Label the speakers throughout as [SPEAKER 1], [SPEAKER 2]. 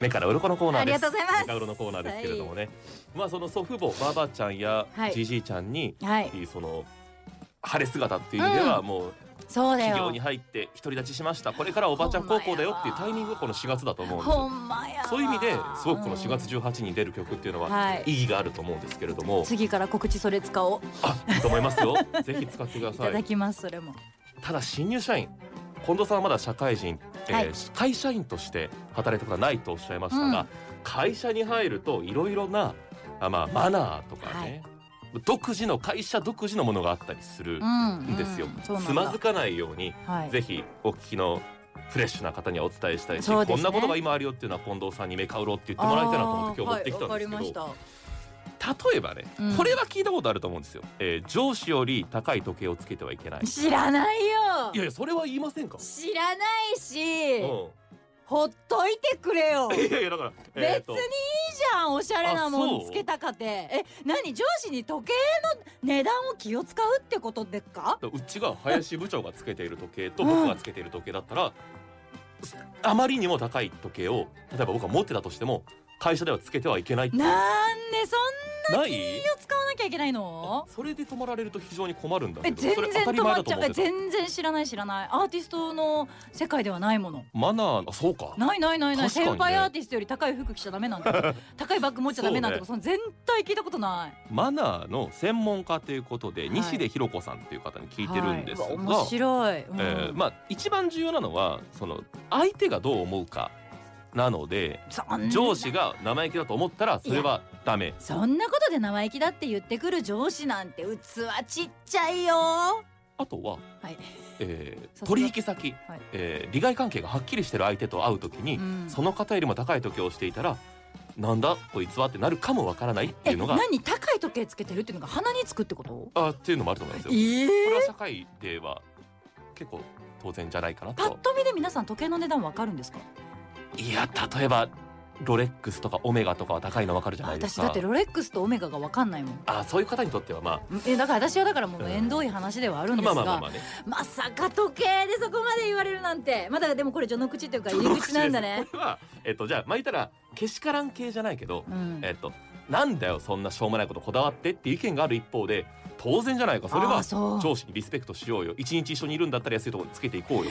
[SPEAKER 1] 目から鱗のコーナーです
[SPEAKER 2] ありがとうございます
[SPEAKER 1] 目から鱗のコーナーですけれどもね、まあその祖父母ばあばちゃんや
[SPEAKER 2] はい
[SPEAKER 1] じじいちゃんに、
[SPEAKER 2] はい
[SPEAKER 1] その晴れ姿っていう意味ではもう
[SPEAKER 2] そうだ
[SPEAKER 1] 企業
[SPEAKER 2] よ
[SPEAKER 1] に入って独り立ちしましたこれからおばあちゃん高校だよっていうタイミングがこの4月だと思うんです
[SPEAKER 2] ほ
[SPEAKER 1] よ
[SPEAKER 2] んまやわ
[SPEAKER 1] そういう意味ですごくこの4月18日に出る曲っていうの
[SPEAKER 2] は
[SPEAKER 1] はい意義があると思うんですけれども、
[SPEAKER 2] 次から告知それ使おう
[SPEAKER 1] あいいと思いますよぜひ使ってくだ
[SPEAKER 2] い
[SPEAKER 1] さ
[SPEAKER 2] ただ
[SPEAKER 1] い
[SPEAKER 2] きますそれも
[SPEAKER 1] ただ新入社員近藤さんはまだ社会人、えー
[SPEAKER 2] はい
[SPEAKER 1] 会社員として働いたことはないとおっしゃいましたが、
[SPEAKER 2] うん
[SPEAKER 1] 会社に入るといろいろなあ、まあ、マナーとかね、独自の会社独自のものがあったりする
[SPEAKER 2] うん
[SPEAKER 1] んですよ、
[SPEAKER 2] うんそうなんだ
[SPEAKER 1] つまずかないように
[SPEAKER 2] はい
[SPEAKER 1] ぜひお聞きのフレッシュな方にはお伝えしたいし、
[SPEAKER 2] そうで
[SPEAKER 1] こ
[SPEAKER 2] す
[SPEAKER 1] ん
[SPEAKER 2] ね
[SPEAKER 1] なことが今あるよっていうのは近藤さんに目かうろうって言ってもらいたいなと思って今日持ってきたんですけど、
[SPEAKER 2] あーはいわかりま
[SPEAKER 1] 例えばね、
[SPEAKER 2] うん
[SPEAKER 1] これは聞いたことあると思うんですよ、えー上司より高い時計をつけてはいけない
[SPEAKER 2] した知らない
[SPEAKER 1] いや
[SPEAKER 2] よ
[SPEAKER 1] いやそれは言いませんか、
[SPEAKER 2] 知らないし
[SPEAKER 1] う
[SPEAKER 2] ほっといてくれよ
[SPEAKER 1] ん、いやいやだから、ー
[SPEAKER 2] 別
[SPEAKER 1] と
[SPEAKER 2] にいいじゃんおしゃれなも
[SPEAKER 1] あ
[SPEAKER 2] ん
[SPEAKER 1] そう
[SPEAKER 2] つけたかてえ何上司に時計の値段を気を使うってことですか
[SPEAKER 1] うちが林部長がつけている時計と僕がつけている時計だったら、あまりにも高い時計を例えば僕が持ってたとしても会社ではつけてはいけないって
[SPEAKER 2] なんでそん
[SPEAKER 1] ない
[SPEAKER 2] な使わなきゃいけないの
[SPEAKER 1] それで止まられると非常に困るんだけ
[SPEAKER 2] え
[SPEAKER 1] ど
[SPEAKER 2] 全
[SPEAKER 1] それ
[SPEAKER 2] 然
[SPEAKER 1] 当たり
[SPEAKER 2] 止ま
[SPEAKER 1] 前だ
[SPEAKER 2] っ
[SPEAKER 1] と
[SPEAKER 2] ちゃ
[SPEAKER 1] 思
[SPEAKER 2] う
[SPEAKER 1] っ
[SPEAKER 2] え
[SPEAKER 1] てた
[SPEAKER 2] 全然知らない知らないアーティストの世界ではないもの
[SPEAKER 1] マナーあそうか
[SPEAKER 2] ないないないない、
[SPEAKER 1] 確かにね
[SPEAKER 2] 先輩アーティストより高い服着ちゃダメなん てこと高いバッグ持っちゃダメなんてことその全体聞いたことない
[SPEAKER 1] マナーの専門家ということで、
[SPEAKER 2] い
[SPEAKER 1] 西出ひろ子さんという方に聞いてるんですが、
[SPEAKER 2] はい、うわ面白い、うん
[SPEAKER 1] えーまあ一番重要なのはその相手がどう思うかなので
[SPEAKER 2] そんな
[SPEAKER 1] 上司が生意気だと思ったらそれはダメ
[SPEAKER 2] そんなことで生意気だって言ってくる上司なんて器ちっちゃいよは
[SPEAKER 1] あとは、
[SPEAKER 2] い、
[SPEAKER 1] えー
[SPEAKER 2] そうそう
[SPEAKER 1] 取引先、
[SPEAKER 2] はい
[SPEAKER 1] えー利害関係がはっきりしてる相手と会うときに、
[SPEAKER 2] うん
[SPEAKER 1] その方よりも高い時計をしていたらなんだこいつはってなるかもわからないってい
[SPEAKER 2] え
[SPEAKER 1] うのが
[SPEAKER 2] 何高い時計つけてるっていうのが鼻につくってこと
[SPEAKER 1] あっていうのもあると思いますよ。こ
[SPEAKER 2] ええ
[SPEAKER 1] れは社会では結構当然じゃないかな
[SPEAKER 2] パッ
[SPEAKER 1] と。
[SPEAKER 2] と見で皆さん時計の値段わかるんですか
[SPEAKER 1] いや例えばロレックスとかオメガとかは高いのわかるじゃないです
[SPEAKER 2] 私
[SPEAKER 1] か。
[SPEAKER 2] だってロレックスとオメガがわかんないもん
[SPEAKER 1] あそういう方にとってはまあ
[SPEAKER 2] えだから私はだからも
[SPEAKER 1] う
[SPEAKER 2] うん縁遠い話ではあるんです
[SPEAKER 1] まあ
[SPEAKER 2] が、
[SPEAKER 1] まあまあまあね。
[SPEAKER 2] まさか時計でそこまで言われるなんてまだでもこれ序の口っていうか入り口なん だね。
[SPEAKER 1] これはえっとじゃあまあ言ったらけしからん系じゃないけど、
[SPEAKER 2] うん、
[SPEAKER 1] えっとなんだよそんなしょうもないことこだわってっていう意見がある一方で当然じゃないかそれ
[SPEAKER 2] あ
[SPEAKER 1] は
[SPEAKER 2] ーそう
[SPEAKER 1] 上司にリスペクトしようよ一日一緒にいるんだったら安いところつけていこうよ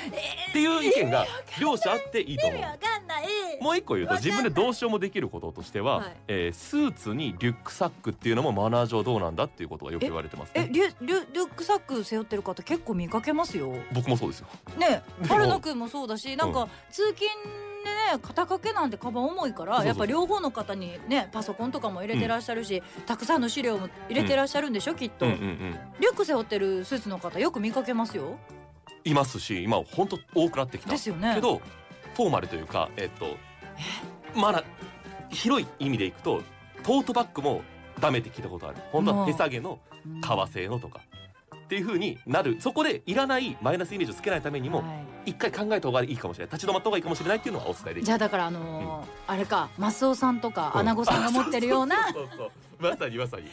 [SPEAKER 1] っていう意見が両者あっていいと思う。
[SPEAKER 2] わかんない。
[SPEAKER 1] もう一個言うと
[SPEAKER 2] わかん
[SPEAKER 1] 自
[SPEAKER 2] ない
[SPEAKER 1] 分でどうしようもできることとしては、
[SPEAKER 2] はい
[SPEAKER 1] えースーツにリュックサックっていうのもマナー上どうなんだっていうことがよく言われてます
[SPEAKER 2] え
[SPEAKER 1] ね
[SPEAKER 2] リュリュリュックサック背負ってる方結構見かけますよ。ね
[SPEAKER 1] 僕もそうですよ
[SPEAKER 2] え春菜くんもそうだしなん
[SPEAKER 1] う
[SPEAKER 2] か通勤でね肩掛けなんてカバン重いから
[SPEAKER 1] そうそうそう
[SPEAKER 2] やっぱ両方の方にねパソコンとかも入れてらっしゃるし、たくさんの資料も入れてらっしゃるんでしょ、きっと、
[SPEAKER 1] うんうんうん
[SPEAKER 2] リュック背負ってるスーツの方よく見かけますよ。
[SPEAKER 1] いますし今本当多くなってきた
[SPEAKER 2] ですよね
[SPEAKER 1] け。どフォーマルというかえっとまだ広い意味でいくとトートバッグもダメって聞いたことある本当は手下げの
[SPEAKER 2] うん
[SPEAKER 1] 革製のとかっていう風になるそこでいらないマイナスイメージをつけないためにも
[SPEAKER 2] はい
[SPEAKER 1] 一回考えた方がいいかもしれない立ち止まった方がいいかもしれないっていうのはお伝えでき
[SPEAKER 2] じ
[SPEAKER 1] る
[SPEAKER 2] ゃあだからあのーあれかマスオさんとか
[SPEAKER 1] うん
[SPEAKER 2] アナゴさんが持ってるよう
[SPEAKER 1] そ
[SPEAKER 2] な
[SPEAKER 1] うそうそうそうまさにまさに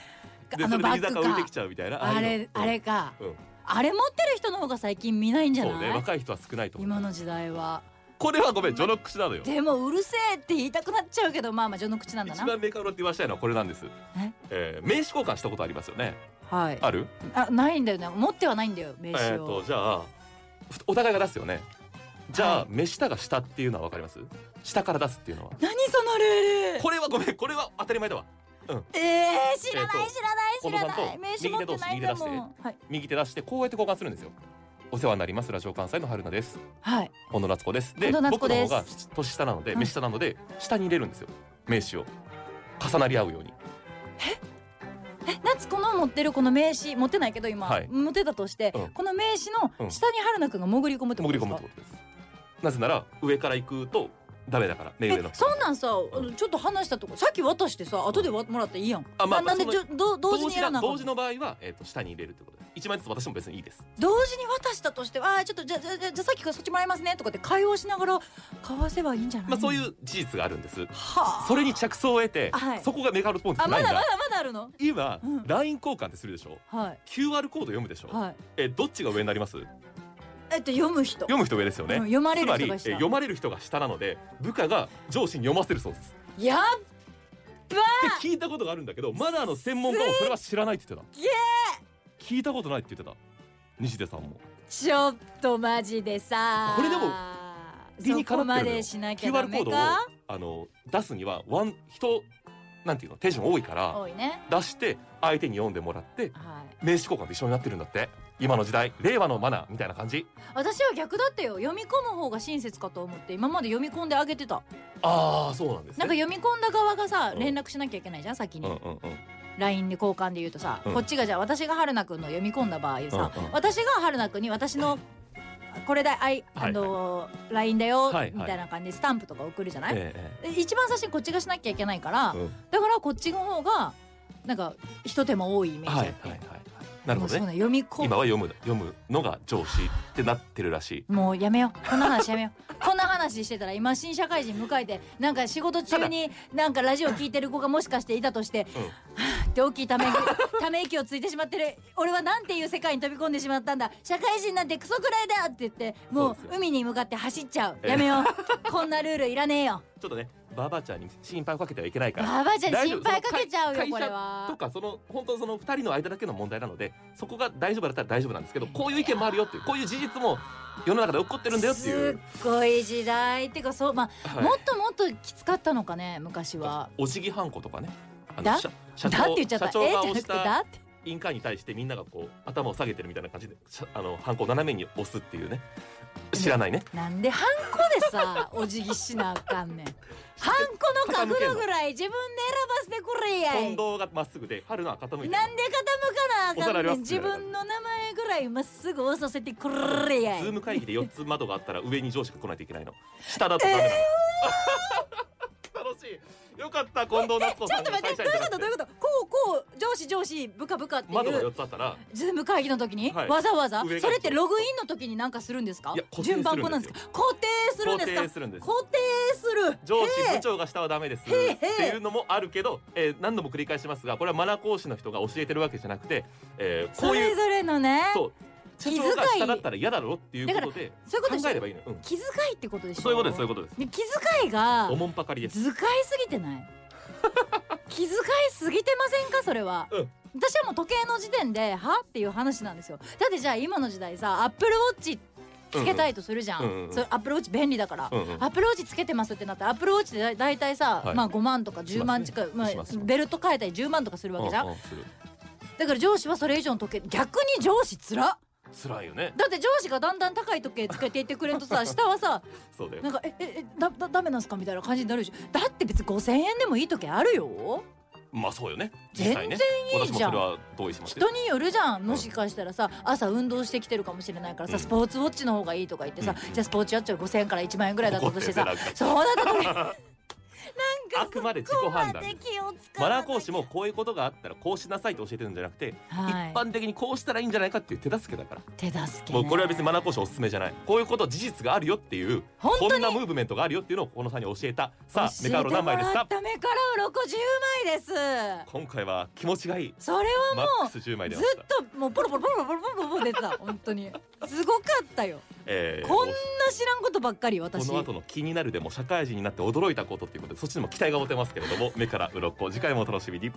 [SPEAKER 1] でそ
[SPEAKER 2] あの
[SPEAKER 1] れで
[SPEAKER 2] バ
[SPEAKER 1] 膝
[SPEAKER 2] ッ
[SPEAKER 1] が
[SPEAKER 2] グ
[SPEAKER 1] 浮いてき
[SPEAKER 2] か
[SPEAKER 1] ちゃうみたいな
[SPEAKER 2] あ
[SPEAKER 1] いう
[SPEAKER 2] れ
[SPEAKER 1] の
[SPEAKER 2] あれか
[SPEAKER 1] うん
[SPEAKER 2] あれ持ってる人の方が最近見ないんじゃ
[SPEAKER 1] そうね
[SPEAKER 2] ない
[SPEAKER 1] 若い人は少ないと思う
[SPEAKER 2] 今の時代は
[SPEAKER 1] これはごめん序の口なのよ
[SPEAKER 2] でもうるせえって言いたくなっちゃうけどまあまあ序の口なんだ
[SPEAKER 1] 一
[SPEAKER 2] な
[SPEAKER 1] 番メーカーロって言わしたいのはこれなんです
[SPEAKER 2] え、
[SPEAKER 1] えー、名刺交換したことありますよね
[SPEAKER 2] はい
[SPEAKER 1] ある
[SPEAKER 2] あないんだよね持ってはないんだよ名
[SPEAKER 1] え
[SPEAKER 2] 刺
[SPEAKER 1] ー、と
[SPEAKER 2] を
[SPEAKER 1] じゃあふお互いが出すよねじゃあ、
[SPEAKER 2] はい
[SPEAKER 1] 目下が下っていうのはわかります下から出すっていうのは
[SPEAKER 2] 何そのルール
[SPEAKER 1] これはごめんこれは当たり前だわ
[SPEAKER 2] えー知らな
[SPEAKER 1] え
[SPEAKER 2] い
[SPEAKER 1] ーと
[SPEAKER 2] 知らない知ら
[SPEAKER 1] 近藤さん
[SPEAKER 2] ない
[SPEAKER 1] と
[SPEAKER 2] 名刺持ってないんだも
[SPEAKER 1] 右手
[SPEAKER 2] んはい
[SPEAKER 1] 右手出してこうやって交換するんですよお世話になりますラジオ関西の春菜です
[SPEAKER 2] はい
[SPEAKER 1] 本田夏子ですで
[SPEAKER 2] 近藤夏
[SPEAKER 1] 僕
[SPEAKER 2] 子
[SPEAKER 1] の
[SPEAKER 2] で
[SPEAKER 1] 方
[SPEAKER 2] す
[SPEAKER 1] が年下なので
[SPEAKER 2] うん
[SPEAKER 1] 目下なので下に入れるんですよ名刺を重なり合うように
[SPEAKER 2] え夏子の持ってるこの名刺持ってないけど今、
[SPEAKER 1] はい
[SPEAKER 2] 持ってたとして、
[SPEAKER 1] うん
[SPEAKER 2] この名刺の下に春菜くんが潜り込むってこ
[SPEAKER 1] 潜り
[SPEAKER 2] とで
[SPEAKER 1] 込
[SPEAKER 2] す
[SPEAKER 1] む
[SPEAKER 2] か
[SPEAKER 1] ってことですなぜなら上から行くとダメだから目上の
[SPEAKER 2] えそんなんさ、あの
[SPEAKER 1] う
[SPEAKER 2] ちょっと話したとこさっき渡してさ後でわもらっていいやん
[SPEAKER 1] あまあ
[SPEAKER 2] ななんで
[SPEAKER 1] そ
[SPEAKER 2] ち
[SPEAKER 1] の
[SPEAKER 2] ょど同時にやらな
[SPEAKER 1] 同
[SPEAKER 2] 同
[SPEAKER 1] 時
[SPEAKER 2] 時
[SPEAKER 1] の場合は、えー、と下に入れるってことです一枚ずつ私も別にいいです
[SPEAKER 2] 同時に渡したとしてはあーちょっとじゃじゃじゃじゃさっきからそっちもらいますねとかって会話しながら交わせばいいんじゃない
[SPEAKER 1] まあそういうう事実があるんです
[SPEAKER 2] はあ
[SPEAKER 1] それに着想を得て、
[SPEAKER 2] はい
[SPEAKER 1] そこがメガロポイント
[SPEAKER 2] あ
[SPEAKER 1] じゃ
[SPEAKER 2] ま
[SPEAKER 1] ない
[SPEAKER 2] だ
[SPEAKER 1] ん
[SPEAKER 2] ま
[SPEAKER 1] だ
[SPEAKER 2] だまだあるの
[SPEAKER 1] 今、
[SPEAKER 2] うん
[SPEAKER 1] LINE 交換ってするでしょ
[SPEAKER 2] はい
[SPEAKER 1] QR コード読むでしょ、
[SPEAKER 2] はい
[SPEAKER 1] えどっちが上になります
[SPEAKER 2] えっと読む人
[SPEAKER 1] 読む人上ですよね、
[SPEAKER 2] うん読まれる人
[SPEAKER 1] つ
[SPEAKER 2] が下
[SPEAKER 1] まりえ読まれる人が下なので部下が上司に読ませるそうです
[SPEAKER 2] やっ
[SPEAKER 1] って聞いたことがあるんだけどまだあの専門家もそれは知らないって言ってた
[SPEAKER 2] すげ
[SPEAKER 1] 聞いたことないって言ってた西出さんも
[SPEAKER 2] ちょっとマジでさ
[SPEAKER 1] これでも理に
[SPEAKER 2] そ
[SPEAKER 1] か
[SPEAKER 2] こ
[SPEAKER 1] なって
[SPEAKER 2] ま
[SPEAKER 1] るの
[SPEAKER 2] で
[SPEAKER 1] よ
[SPEAKER 2] しなきゃダ
[SPEAKER 1] QR コ
[SPEAKER 2] メ
[SPEAKER 1] ードを
[SPEAKER 2] か
[SPEAKER 1] あの出すにはワン人なんていうの手順多いから
[SPEAKER 2] 多いね
[SPEAKER 1] 出して相手に読んでもらって
[SPEAKER 2] はい
[SPEAKER 1] 名刺交換と一緒になってるんだって今の時代令和のマナーみたいな感じ
[SPEAKER 2] 私は逆だってよ読み込む方が親切かと思って今まで読み込んであげてた
[SPEAKER 1] ああそうなんですね
[SPEAKER 2] なんか読み込んだ側がさ
[SPEAKER 1] うん
[SPEAKER 2] 連絡しなきゃいけないじゃん先
[SPEAKER 1] うんうん
[SPEAKER 2] に
[SPEAKER 1] うん
[SPEAKER 2] LINE で交換で言うとさ
[SPEAKER 1] うん
[SPEAKER 2] こっちがじゃあ私が春菜くんの読み込んだ場合さ
[SPEAKER 1] うんうん
[SPEAKER 2] 私が春菜くんに私のこれだあいあの LINE だよ
[SPEAKER 1] はいはい
[SPEAKER 2] みたいな感じでスタンプとか送るじゃない
[SPEAKER 1] ええ
[SPEAKER 2] で一番最初にこっちがしなきゃいけないから
[SPEAKER 1] ええうん
[SPEAKER 2] だからこっちの方がなんか一手間多いイメージ
[SPEAKER 1] は
[SPEAKER 2] あ
[SPEAKER 1] い
[SPEAKER 2] っ
[SPEAKER 1] は
[SPEAKER 2] て、
[SPEAKER 1] いはいなるほ
[SPEAKER 2] もうそ
[SPEAKER 1] ど
[SPEAKER 2] う
[SPEAKER 1] ね
[SPEAKER 2] だ読み込
[SPEAKER 1] 今
[SPEAKER 2] む
[SPEAKER 1] は読む読むのが上司ってなってるらしい
[SPEAKER 2] もうやめようこんな話やめようこんな話してたら今新社会人迎えてなんか仕事中になんかラジオ聞いてる子がもしかしていたとして、
[SPEAKER 1] うん
[SPEAKER 2] はぁって大きいため息 ため息をついてしまってる俺はなんていう世界に飛び込んでしまったんだ社会人なんてクソくらいだって言って
[SPEAKER 1] そ
[SPEAKER 2] もう
[SPEAKER 1] うですよ
[SPEAKER 2] 海に向かって走っちゃう
[SPEAKER 1] え
[SPEAKER 2] やめようこんなルールいらねえよ
[SPEAKER 1] ちょっとねババアちゃんに心配をかけてはいけないから
[SPEAKER 2] ばばあちゃん
[SPEAKER 1] 大丈
[SPEAKER 2] 心
[SPEAKER 1] 夫
[SPEAKER 2] 配かけちゃうよ
[SPEAKER 1] その
[SPEAKER 2] こ
[SPEAKER 1] 会
[SPEAKER 2] れ
[SPEAKER 1] 社
[SPEAKER 2] は
[SPEAKER 1] とかその本当その2人の間だけの問題なのでそこが大丈夫だったら大丈夫なんですけどこういう意見もあるよっていうこういう事実も世の中で起こってるんだよっていう、
[SPEAKER 2] すっごい時代っていうかそうまあ、
[SPEAKER 1] はい
[SPEAKER 2] もっともっときつかったのかね昔は。
[SPEAKER 1] お辞儀ハンコとかねあ
[SPEAKER 2] だ
[SPEAKER 1] の社社
[SPEAKER 2] だって言っちゃった。
[SPEAKER 1] 社長が
[SPEAKER 2] え
[SPEAKER 1] 押
[SPEAKER 2] ー
[SPEAKER 1] し
[SPEAKER 2] じゃなく
[SPEAKER 1] た
[SPEAKER 2] てだって。
[SPEAKER 1] 委員会に対してみんながこう頭を下げてるみたいな感じで社あのハンコを斜めに押すっていうね知らないね
[SPEAKER 2] なんでハンコで さお辞儀しなあかんねん。ハンコの角度ぐらい自分で選ばせてくれや
[SPEAKER 1] 近
[SPEAKER 2] い。
[SPEAKER 1] 藤がまっすぐで春菜は傾いてる
[SPEAKER 2] なんで傾かなあかんねん
[SPEAKER 1] お皿あります
[SPEAKER 2] 自分の名前ぐらいまっすぐ押させてくれやい。
[SPEAKER 1] ズーム会議で4つ窓があったら上に上司が来ないといけないの下だとダメなの、 楽しいよかった近藤夏子
[SPEAKER 2] ちょ
[SPEAKER 1] さ
[SPEAKER 2] っ
[SPEAKER 1] ん
[SPEAKER 2] と
[SPEAKER 1] が
[SPEAKER 2] 待って
[SPEAKER 1] 会
[SPEAKER 2] ど
[SPEAKER 1] 社
[SPEAKER 2] ういう
[SPEAKER 1] 員じゃな
[SPEAKER 2] こと
[SPEAKER 1] く
[SPEAKER 2] ど
[SPEAKER 1] て
[SPEAKER 2] ういうことこうこう上司上司部下部下ってい
[SPEAKER 1] 窓が
[SPEAKER 2] う
[SPEAKER 1] 4つあったら
[SPEAKER 2] ズーム会議の時に、
[SPEAKER 1] はい
[SPEAKER 2] わざわざ
[SPEAKER 1] 上が
[SPEAKER 2] それってログインの時になんかするんですか
[SPEAKER 1] いや固定
[SPEAKER 2] 順番こうなんですか固定するん
[SPEAKER 1] 肯
[SPEAKER 2] ですか
[SPEAKER 1] 定するんです
[SPEAKER 2] 固定する
[SPEAKER 1] 上司
[SPEAKER 2] へえ
[SPEAKER 1] 部長が下はダメですっ
[SPEAKER 2] へえ
[SPEAKER 1] ていうのもあるけど、えー何度も繰り返しますがこれはマナー講師の人が教えてるわけじゃなくて、えーこ
[SPEAKER 2] そう
[SPEAKER 1] い
[SPEAKER 2] れ
[SPEAKER 1] う
[SPEAKER 2] ぞれのねそう
[SPEAKER 1] そう社長が下だったら嫌だろっていうことで
[SPEAKER 2] いうことでし
[SPEAKER 1] 考えれ
[SPEAKER 2] ょ
[SPEAKER 1] ばいいのよ、うん、
[SPEAKER 2] 気遣いってことでしょ
[SPEAKER 1] そういうことですそういうことです
[SPEAKER 2] で気遣いが
[SPEAKER 1] おもんぱかりです
[SPEAKER 2] 図解すぎてない 気遣いすぎてませんかそれは、
[SPEAKER 1] うん
[SPEAKER 2] 私はもう時計の時点ではっていう話なんですよだってじゃあ今の時代さアップルウォッチつけたいとするじゃん、
[SPEAKER 1] うんうんうんうん
[SPEAKER 2] それアップルウォッチ便利だから、
[SPEAKER 1] うんうん
[SPEAKER 2] アップルウォッチつけてますってなったらアップルウォッチでだだいたいさ、
[SPEAKER 1] はい
[SPEAKER 2] まあ5万とか10万近く、
[SPEAKER 1] まね
[SPEAKER 2] ますあ
[SPEAKER 1] しますします
[SPEAKER 2] ベルト変えたり10万とかするわけじゃん、
[SPEAKER 1] うんうんする
[SPEAKER 2] だから上司はそれ以上の時計逆に上司つらっ
[SPEAKER 1] 辛いよね
[SPEAKER 2] だって上司がだんだん高い時計つけていってくれるとさ下はさ
[SPEAKER 1] そうだよ
[SPEAKER 2] なんかえええだだダメなんすかみたいな感じになるでしょだって別に5,000円でもいい時あるよ
[SPEAKER 1] まあそうよね
[SPEAKER 2] 全
[SPEAKER 1] 実
[SPEAKER 2] 然
[SPEAKER 1] 際ね
[SPEAKER 2] いいじゃ
[SPEAKER 1] 私もそ
[SPEAKER 2] ん
[SPEAKER 1] れは同意しますよ
[SPEAKER 2] 人によるじゃんもしかしたらさ朝運動してきてるかもしれないからさ、
[SPEAKER 1] うん
[SPEAKER 2] スポーツウォッチの方がいいとか言ってさ、
[SPEAKER 1] うん
[SPEAKER 2] じゃあスポーツウォッチは5,000円から1万円ぐらいだったとしてさ
[SPEAKER 1] 怒ってるね
[SPEAKER 2] そうだった時なんか
[SPEAKER 1] あくまで自己判断です
[SPEAKER 2] 気を使
[SPEAKER 1] マ
[SPEAKER 2] わ
[SPEAKER 1] ナ
[SPEAKER 2] な
[SPEAKER 1] ー
[SPEAKER 2] きゃ
[SPEAKER 1] 講師もこういうことがあったらこうしなさいと教えてるんじゃなくて、
[SPEAKER 2] はい
[SPEAKER 1] 一般的にこうしたらいいんじゃないかっていう手助けだから、
[SPEAKER 2] 手助け、ね、
[SPEAKER 1] もうこれは別にマナー講師おすすめじゃないこういうこと事実があるよっていう
[SPEAKER 2] 本当に
[SPEAKER 1] こんなムーブメントがあるよっていうのをこのさんに教えたさあ
[SPEAKER 2] 教
[SPEAKER 1] メ
[SPEAKER 2] えて
[SPEAKER 1] カウロ何枚です
[SPEAKER 2] もらっ
[SPEAKER 1] か
[SPEAKER 2] たメカロウ60枚です
[SPEAKER 1] 今回は気持ちがいい
[SPEAKER 2] それは
[SPEAKER 1] マックス10枚出
[SPEAKER 2] ず
[SPEAKER 1] ました
[SPEAKER 2] っともうポロポロポロポロポロポロポロ出てた本当にすごかったよ
[SPEAKER 1] えー
[SPEAKER 2] こんな知らんことばっかり私
[SPEAKER 1] この後の気になるでも社会人になって驚いたことっていうことでそっちにも期待が持てますけれども目から鱗次回もお楽しみに